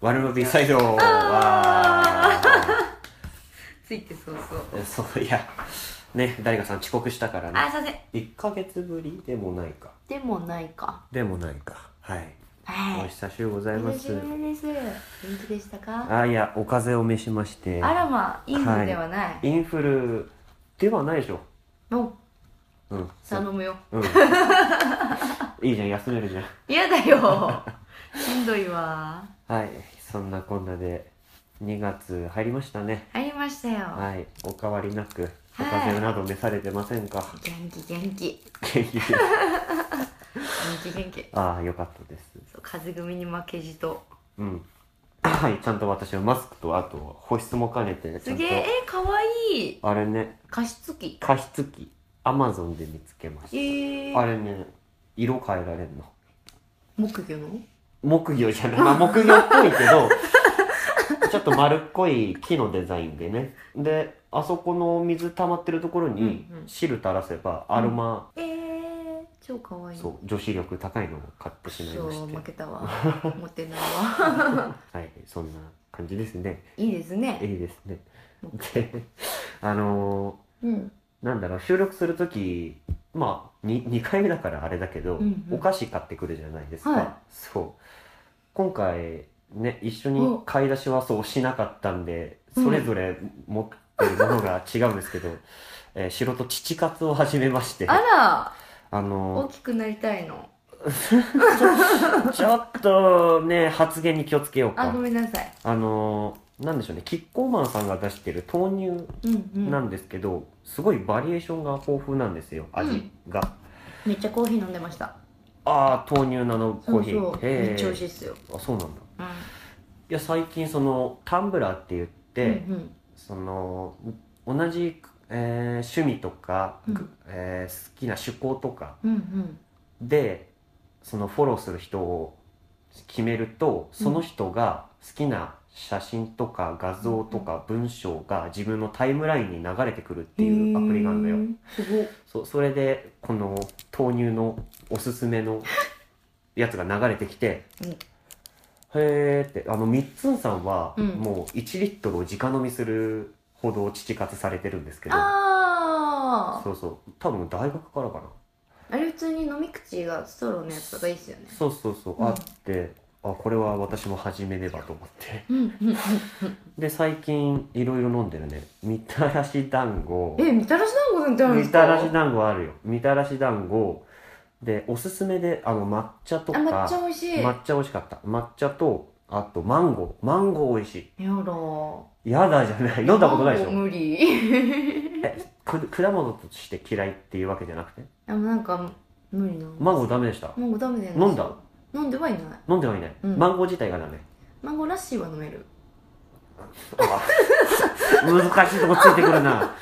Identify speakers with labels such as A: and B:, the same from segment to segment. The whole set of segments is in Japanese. A: ワルムビサイドは
B: ついてそうそう
A: そういやね誰かさん遅刻したから
B: あ
A: ね
B: すいません
A: 1ヶ月ぶりでもないか
B: でもないか
A: でもないかはい
B: は
A: お
B: い
A: 久しぶりござい
B: お
A: ま
B: 久し
A: す
B: ぶりです元気でしたか
A: あいやお風邪を召しまして
B: あらまインフルではない、
A: インフルではないでしょ
B: もう
A: うんそ
B: 頼
A: う、
B: むよ
A: うん、いいじゃん休めるじゃん
B: 嫌だ よしんどいわ
A: はい、そんなこんなで2月入りましたね。
B: 入りましたよ
A: はい、お変わりなく、お
B: はい
A: 風邪など召されてませんか。
B: 元気元気
A: 元気です
B: 元気元気
A: ああ、よかったです。
B: そう風邪組に負けじと
A: うん。はい、ちゃんと私はマスクとあと保湿も兼ねて、ち
B: す
A: ゃんと
B: げええかわいい
A: あれね、
B: 加湿器
A: 加湿器、アマゾンで見つけまし
B: えー、
A: た。あれね、色変えられるの。
B: 木魚の
A: 木魚じゃない、まあ、木魚っぽいけど、 ちょっと丸っこい木のデザインでね。で、あそこの水溜まってるところに
B: うんうん
A: 汁垂らせばアロマ、
B: えー、超かわいい
A: そう、女子力高いのを買ってしまい
B: そ
A: ま
B: う
A: し
B: 負
A: て。
B: けたわ持ってないわ
A: はい、そんな感じですね。
B: いいですね
A: いいですね。で、あの
B: うん
A: ーなんだろう、収録するとき、まあ2、2回目だからあれだけど、
B: うんうん
A: お菓子買ってくるじゃないですか。
B: はい
A: そう。今回、ね、一緒に買い出しはそうしなかったんで、
B: うん
A: それぞれ持ってるものが違うんですけど、えー、仕事、父活を始めまして、
B: あ
A: あ
B: ら大
A: の
B: きくなりたいの
A: ーちょっとね、発言に気をつけよう
B: あ
A: か
B: ご。めんなさい
A: あのーなんでしょうね、キッコーマンさんが出してる豆乳
B: うんうん
A: なんですけど、すごいバリエーションが豊富なんですよ、味が。
B: めっちゃコーヒー飲んでました
A: ああ、豆乳なのコーヒー。
B: そうそう
A: へー
B: めっちゃ美味しいっすよ
A: あ、そうなんだ。
B: うん
A: いや、最近その、タンブラーって言って、
B: うんうん
A: その、同じ、えー趣味とか、
B: うん
A: えー好きな趣向とか
B: うんうん
A: で、そのフォローする人を決めると、その人が好きな写真とか画像とか文章が自分のタイムラインに流れてくるっていうアプリがあるんだよ。
B: へーすごっ
A: そうそれでこの豆乳のおすすめのやつが流れてきて
B: うん
A: 「へーってあのみっつんさんは
B: うん
A: もう1リットルを直飲みするほど父活されてるんですけど
B: ああ
A: そうそう多分大学からかな
B: あれ普通に飲み口がストローのやつとかいいっすよね
A: そうそうそう、
B: うん
A: あってあこれは私も始めねばと思って
B: うんうんうん
A: で最近いろいろ飲んでるねみたらし団子
B: えみたらし団子なんてあるんで
A: み
B: す
A: た
B: から
A: し団子あるよみたらし団子でおすすめであの抹茶と
B: あ
A: か
B: 抹茶美味しい、
A: 抹茶美味しかった抹茶とあとマンゴーマンゴー美味し
B: やだ
A: いやだじゃない飲んだことないでし
B: マンゴ
A: ょ
B: ー無理
A: く果物として嫌いっていうわけじゃなくて
B: あなんか無理なの
A: マンゴーダメでした
B: マンゴーダメだよね
A: 飲んだ
B: 飲んではいない
A: 飲んではいない、
B: うん
A: マンゴー自体がダメ
B: マンゴーラッシーは飲める
A: あ難しいとこついてくるな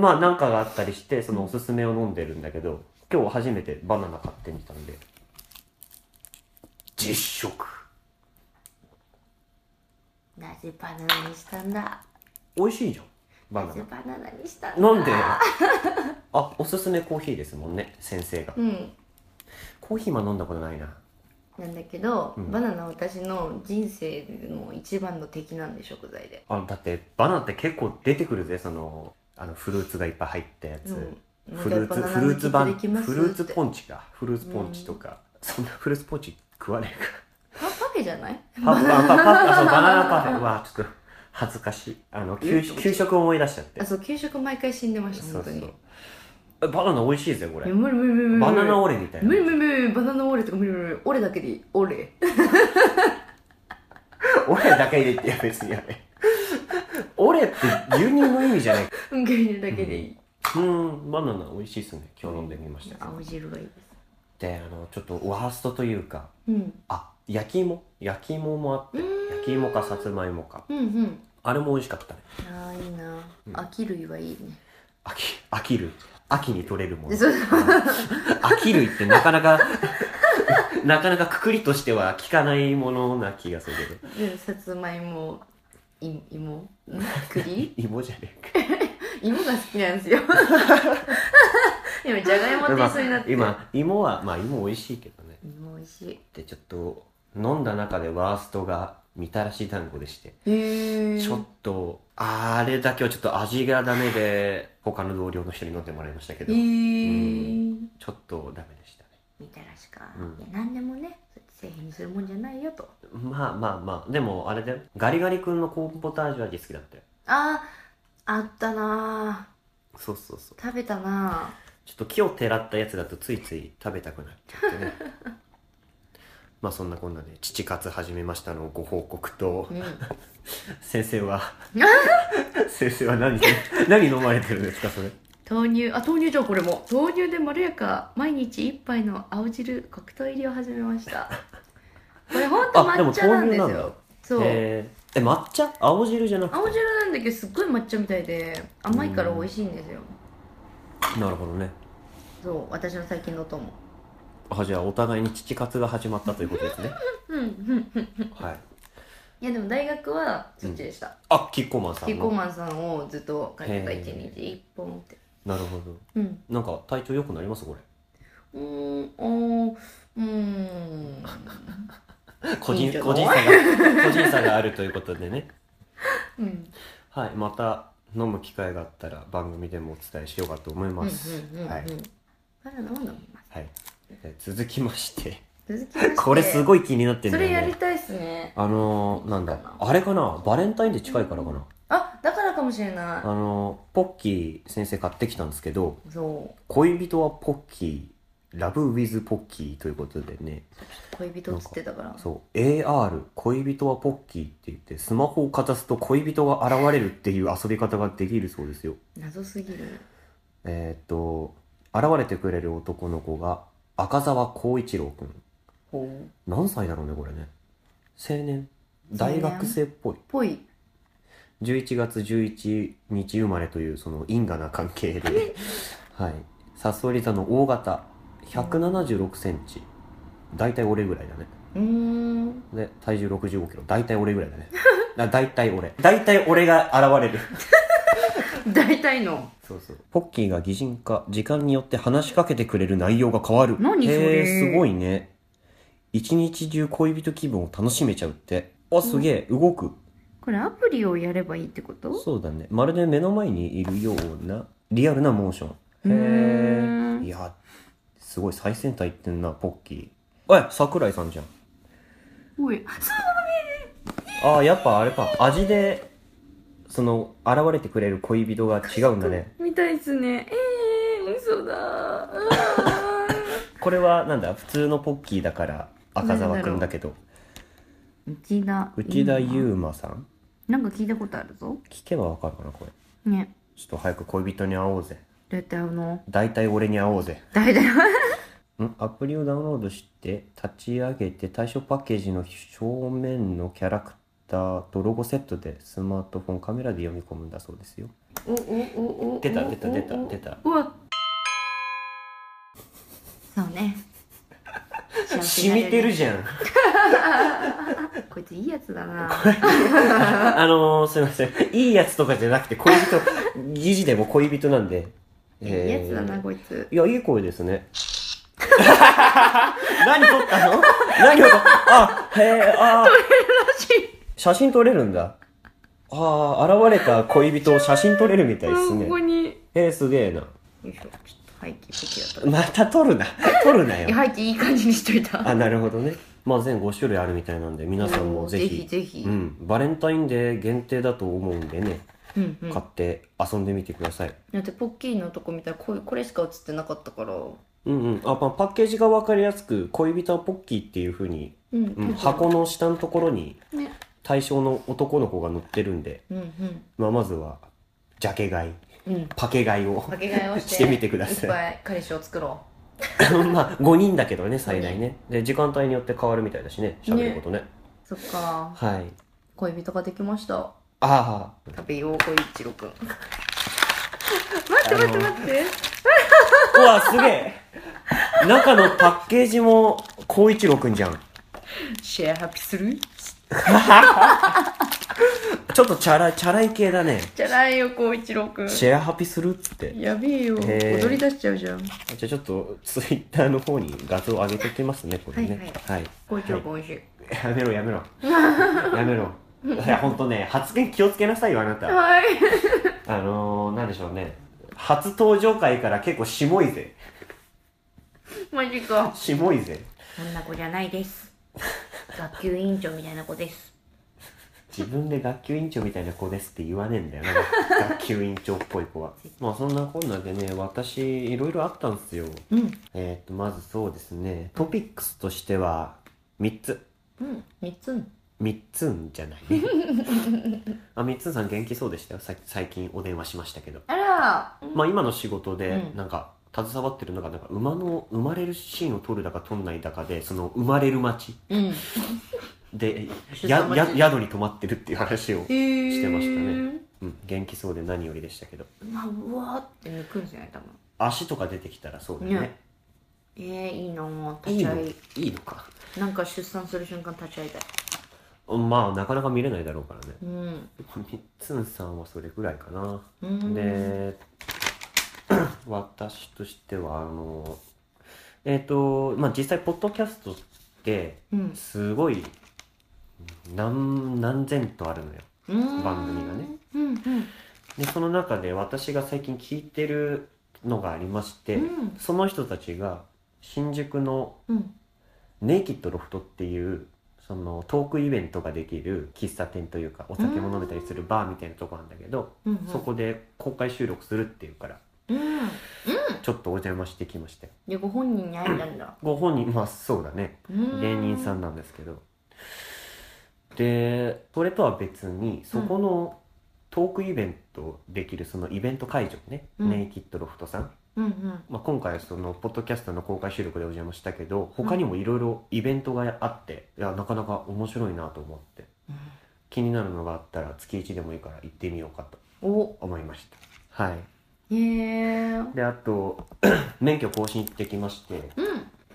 A: まあなんかがあったりしてそのおすすめを飲んでるんだけど今日初めてバナナ買ってみたんで実食
B: なぜバナナにしたんだ
A: 美味しいじゃんバ
B: な
A: ナ
B: ぜ
A: ナ
B: バナナにしたんだ
A: なんであおすすめコーヒーですもんね先生が
B: うん
A: コーヒーも飲んだことないな
B: なんだけど、
A: うん
B: バナナは私の人生の一番の敵なんで食材で
A: あだってバナナって結構出てくるぜそのあのフルーツがいっぱい入ったやつ、
B: うん
A: フルーツ
B: もう一回バナ
A: フ
B: ナ
A: ルーツバ
B: 抜
A: ン
B: きできます
A: フルーツ
B: って
A: ポンチかフルーツポンチとか、そんなフルーツポンチ食わね
B: パパフェじゃない
A: えかパッパパパッあそうバナナパフェはちょっと恥ずかしいあの給食給食を思い出しちゃって
B: あそう給食毎回死んでました
A: そう
B: 本
A: そ
B: 当
A: う
B: に
A: えバナナ美味しいぜこ
B: い
A: れ
B: や無理無理無理無理
A: バナナオレみたいな
B: 無理無理無理無理バナナオレとか無理無理無理オレだけでいいオレ
A: 俺だけでっていや別にやれ俺って牛乳の意味じゃない
B: うん牛乳だけでいい、
A: うんバナナ美味しいっすね今日飲んでみましたけど
B: 青汁がいいです
A: であのちょっとワーストというか
B: うん
A: あ焼き芋焼き芋もあって
B: うーん
A: 焼き芋かさつまいもか
B: うんうん
A: あれも美味しかったね
B: ああいいな、
A: うん
B: 飽きるはいいね
A: 飽き飽きる秋に取れるもの
B: そう
A: 飽きるってなかなか なかなかくくりとしては効かないものな気がするけど
B: でさつまいもい 芋栗
A: 芋じゃね
B: 芋が好きなん ですよ今じゃがい
A: え
B: も
A: か
B: と
A: ま
B: 一緒になっ
A: あ
B: て
A: 今芋はまあ芋美味しいけどね
B: 芋美味しい
A: でちょっと飲んだ中でワーストがみたらし団子でして、
B: へえ
A: ちょっとあれだけはちょっと味がダメで他の同僚の人に飲んでもらいましたけど、
B: へえ
A: ちょっとダメでしたね
B: みたらしか、
A: うん
B: いや何でもねそうやって製品にするもんじゃないよと
A: まあまあまあでもあれだよガリガリ君のコーンポタージュ味好きだったよ
B: あーあったな
A: そうそうそう
B: ー食べたな
A: ちょっと木をてらったやつだとついつい食べたくなっちゃ ってねまあそんなこんなで父活始めましたのご報告と
B: ー、うん、
A: 先生 は先生は何何飲まれてるんですかそれ
B: 豆乳あ豆乳じゃんこれも豆乳でまろやか毎日一杯の青汁黒糖入りを始めましたこれほんと
A: あで
B: 抹
A: も
B: 茶な
A: 豆
B: ん
A: 乳
B: です
A: なんだ
B: よそう
A: へーえ抹茶青汁じゃなくて
B: 青汁なんだけどすっごい抹茶みたいで甘いから美味しいんですよ
A: なるほどね
B: そう私の最近のとも
A: あじゃあお互いに父活が始まったということです ね
B: うんうんうん
A: はい
B: いやでも大学はそっちでした、
A: あキッコーマンさん
B: ピ
A: の
B: コマンさんをずっと書いてた
A: へー
B: 一日一本って
A: なるほど
B: うん
A: なんか体調良くなりますこれ
B: うーんおーうーん
A: 個
B: いいん
A: 人
B: じゃない
A: 個人差が個人差があるということでね
B: うん
A: はいまた飲む機会があったら番組でもお伝えしようかと思います、
B: うんうんうんうん
A: はい、
B: バナナを飲みます
A: はい、え続きま して
B: 続きまして
A: これす
B: い
A: ごい気になってん
B: そ
A: だ
B: れ
A: よ
B: やり
A: ね
B: たいっすね
A: あのー、なんだあれかなバレンタインで近いからかな、
B: あだからかもしれな
A: あのー、ポッキー先生買ってきたんですけど
B: いそ
A: 恋人はポッキーラブウィズポッキーということでね
B: う恋人っつってたから
A: そう AR 恋人はポッキーって言ってスマホをかざすと恋人が現れるっていう遊び方ができるそうですよ
B: 謎すぎる
A: えーっと現れてくれる男の子が赤澤浩一郎くん
B: ほう
A: 何歳だろうねこれね青年大学生っぽい
B: ぽい
A: 11月11日生まれというその因果な関係ではいサソリ座の大型1 7 6センチ大体俺ぐらいだね
B: うーん
A: で体重6 5キロ大体俺ぐらいだねだ大体俺大体俺が現れる
B: 大体の
A: そうそうポッキーが擬人化時間によって話しかけてくれる内容が変わる
B: 何それ
A: へーすごいね一日中恋人気分を楽しめちゃうってあすげえ、動く
B: これアプリをやればいいってこと
A: そうだねまるで目の前にいるようなリアルなモーション
B: う
A: へ
B: ーん
A: えいやすごい最先端行ってんなポッキーおい桜井さんじゃん
B: おい
A: ああやっぱあれか味でその現れてくれる恋人が違うんだね
B: みたいっすねえー、嘘だあー
A: これはなんだ普通のポッキーだから赤澤くんだけど
B: 内田
A: 内田優馬さん
B: なんか聞いたことあるぞ
A: 聞けばわかるかなこれ
B: ね
A: ちょっと早く恋人に会おうぜ
B: どうやって会うの
A: 大体俺に会おうぜ
B: 大体
A: んアプリをダウンロードして立ち上げて対象パッケージの正面のキャラクターとロゴセットでスマートフォンカメラで読み込むんだそうですよ
B: おおおお
A: 出た出た出た出た
B: うわそうね
A: 染みてるじゃん
B: ゃんこいついいやつだな
A: あのー、すいません。いいやつとかじゃなくて、恋人、疑似でも恋人なんで。
B: いいやつだなこいつ
A: いや、いい声ですね。 何撮ったの 何を撮あ、へえ、あー写真撮れるんだ。ああ、現れた恋人を写真撮れるみたいです
B: こ
A: ね
B: こ。に
A: えー、すげえな。
B: よいしょちょっと廃棄べきだっ
A: ま
B: た
A: た撮るな。 撮るない
B: や
A: よ。
B: 廃棄いい感じにしといた
A: あ、なるほどね。まあ、全5種類あるみたいなんで、皆さんもぜ
B: お
A: ひ
B: ー。ぜひぜひ
A: うん。バレンタインデー限定だと思うんでね、
B: うんうん
A: 買って遊んでみてください。
B: だってポッキーのとこ見たらこうこれしか映ってなかったからう
A: うんうん、あまあパッケージが分かりやすく「恋人はポッキー」っていうふうに、
B: ん、
A: うん、箱の下のところに
B: ね
A: 対象の男の子が載ってるんで、
B: うん
A: まあ、まずはジャケ買い
B: うんうん
A: パケ買いを
B: 掛け替えをして
A: してみてください
B: いっぱい彼氏を作ろ
A: まあ5人だけどね最大ねで時間帯によって変わるみたいだしね喋ることね
B: うそっか
A: はい
B: 恋人ができました
A: ああ
B: 食べよう小一郎くん待って待って待って
A: うわすげえ中のパッケージも光一郎くんじゃん
B: シェアハッピーする
A: ちょっとチャラチャラい系だね
B: じゃないよ小一郎くん
A: シェアハピするって
B: やべえよ
A: へー
B: 踊り出しちゃうじゃん
A: じゃあちょっとツイッターの方に画像を上げておきますねこれね
B: はい
A: はい、
B: 小一郎くん美味しい、
A: やめろやめろやめろいや本当ね発言気をつけなさいよあなた
B: はい
A: あのー、なんでしょうね初登場回から結構しもいぜ
B: マジか
A: しもいぜ
B: そんな子じゃな いです学級委員長みたいな子です
A: 自分で学級委員長みたいな子ですって言わねえんだよな 学級委員長っぽい子はまあそんなこんなでね私いろいろあったんですよ
B: うん
A: えっ、とまずそうですねトピックスとしては3つ
B: うん三つ
A: 3つんじゃ ないあ3つんさん元気そうでしたよさ最近お電話しましたけど
B: あら
A: まあ今の仕事で
B: うん
A: なんか携わってるのがなんか馬の生まれるシーンを撮るだか撮んないだかでその生まれる町
B: うん
A: で
B: 出
A: や
B: 産待
A: や
B: ち
A: 宿に泊まってるっていう話を、
B: へ
A: してましたねうん、元気そうで何よりでしたけど
B: まあうわーって抜くんじゃない多分
A: 足とか出てきたらそうだよね
B: ねえー、いいなぁ
A: い
B: 立
A: い
B: ち
A: の
B: 会
A: い
B: い
A: いのか
B: なんか出産する瞬間立ち会いたい
A: まあなかなか見れないだろうからね
B: うん
A: みっつんさんはそれぐらいかな、
B: うん
A: で 私としてはあのえっ、とまあ実際ポッドキャストって
B: うん
A: すごい何何千とあるのよ
B: うん
A: 番組がね
B: うんうん
A: でその中で私が最近聞いてるのがありまして、
B: うん
A: その人たちが新宿の
B: うん
A: ネイキッドロフトっていうそのトークイベントができる喫茶店というかお酒も飲めたりするバーみたいなとこなんだけど、
B: うん
A: そこで公開収録するっていうから
B: うん
A: ちょっとお邪魔してきましたよ
B: でご本人に会えたんだ
A: ご本人まあそうだね芸人さん
B: の
A: なんですけどでそれとは別にそこのトークイベントできるそのイベント会場ね、
B: うん
A: ネイキッドロフトさん、
B: うんうん
A: まあ、今回そのポッドキャストの公開収録でお邪魔したけど他にもいろいろイベントがあっていやなかなか面白いなと思って気になるのがあったら月1でもいいから行ってみようかと
B: お
A: 思いましたはい
B: へえうん
A: であと 免許更新行ってきまして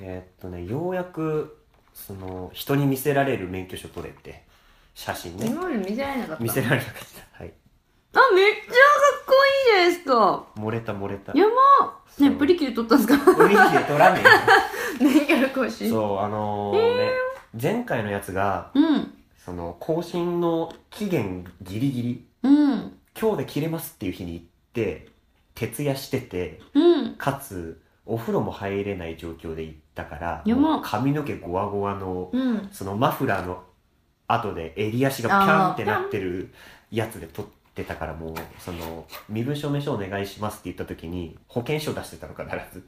A: えーっとねようやくその人に見せられる免許証取れて写真ね
B: 今まで見せられなかった
A: 見せられなかったはい
B: あめっちゃかっこいいじゃないですか
A: 漏れた漏れた
B: やば
A: そ
B: ね
A: う
B: プリキュー撮ったんですか
A: 売り切れ取らね
B: 何から更
A: えよ
B: 新
A: そうあのーね前回のやつが
B: うん
A: その更新の期限ギリギリ
B: うん
A: 今日で切れますっていう日に行って徹夜してて
B: うん
A: かつお風呂も入れない状況で行ったから
B: やば
A: もう髪の毛ゴワゴワの
B: うん
A: そのマフラーの後で襟足がピャンってなってるやつで撮ってたからもうその身分証明書お願いしますって言った時に保険証出してたの必ず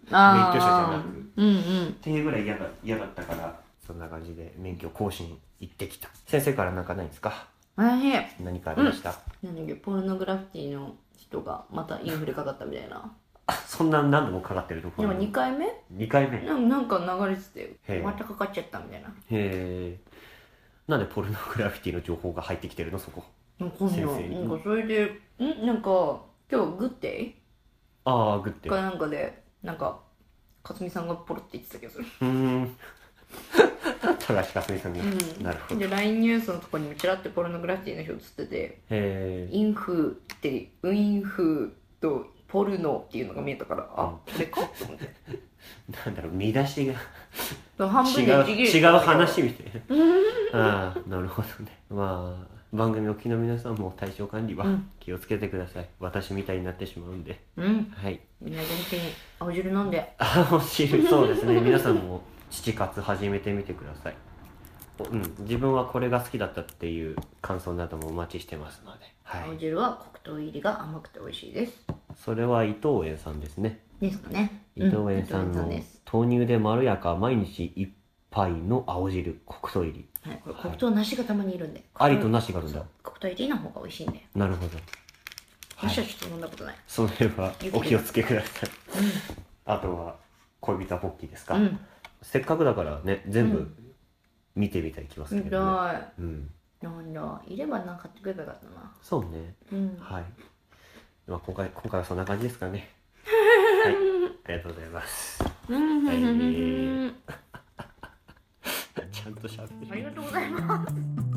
A: 免
B: あ
A: 許証じゃなく
B: ーうんうん
A: っていうぐらい嫌だ嫌だったからそんな感じで免許更新行ってきた先生からなんかないですか
B: 私
A: 何かありました、
B: なんだっけポルノグラフィティの人がまたインフレかかったみたいな
A: そんな何度もかかってるとこ
B: で
A: ろ
B: も2回目
A: 2回目へ
B: なんなんか流れてて
A: へえ
B: またかかっちゃったみたいな
A: えなんでポルノグラフィティの情報が入ってきてるのそこ
B: なんかこんな
A: 先生に
B: なんかそれでんなんか今日グッデ
A: ああグッ
B: イ
A: て
B: か
A: う
B: なんかでなんかかすみさんがポロって言ってた気がする
A: ーん 高橋克実さんが、
B: うん
A: なるほどへ
B: で LINE ニュースのとこにもちらっとポルノグラフィティの人映ってて
A: え
B: インフってウインフとポルノっていうのが見えたからあこれかと思って
A: なんだろう見出しが
B: 半分
A: 違う
B: で
A: 違う話みたいなああなるほどねまあ番組お聞きの皆さんも対象管理は
B: うん
A: 気をつけてください、私みたいになってしまうんで
B: うん
A: はい
B: みんな元気に青汁飲んで
A: あ面白いそうですね皆さんも父活始めてみてくださいおうん自分はこれが好きだったっていう感想などもお待ちしてますので、は
B: 青
A: い、
B: 汁は黒糖入りが甘くて美味しいです
A: それは伊藤園さんですね
B: ですかね
A: 伊藤園さんの
B: う伊藤園です
A: 豆乳でまろやか毎日一杯の青汁黒糖入り
B: はい、これ黒糖なしがたまにいるんで、
A: ありとなしがあるんだ
B: 黒糖入りの方が美味しいんで
A: なるほどはい
B: 私はちょっと飲んだことない、
A: その辺はお気をつけください。あとは恋人はポッキーですか、
B: うん
A: せっかくだからね全
B: う
A: 部
B: ん
A: 見てみたい気はす
B: 見
A: る
B: た
A: け
B: い
A: どね。
B: な
A: うん、
B: んだいればなんか買ってくればよかったな
A: そうね。
B: うん
A: はい。まあ今回今回はそんな感じですかね。はい。ありがとうございます。
B: うん
A: はいちゃんと喋る
B: ありがとうございます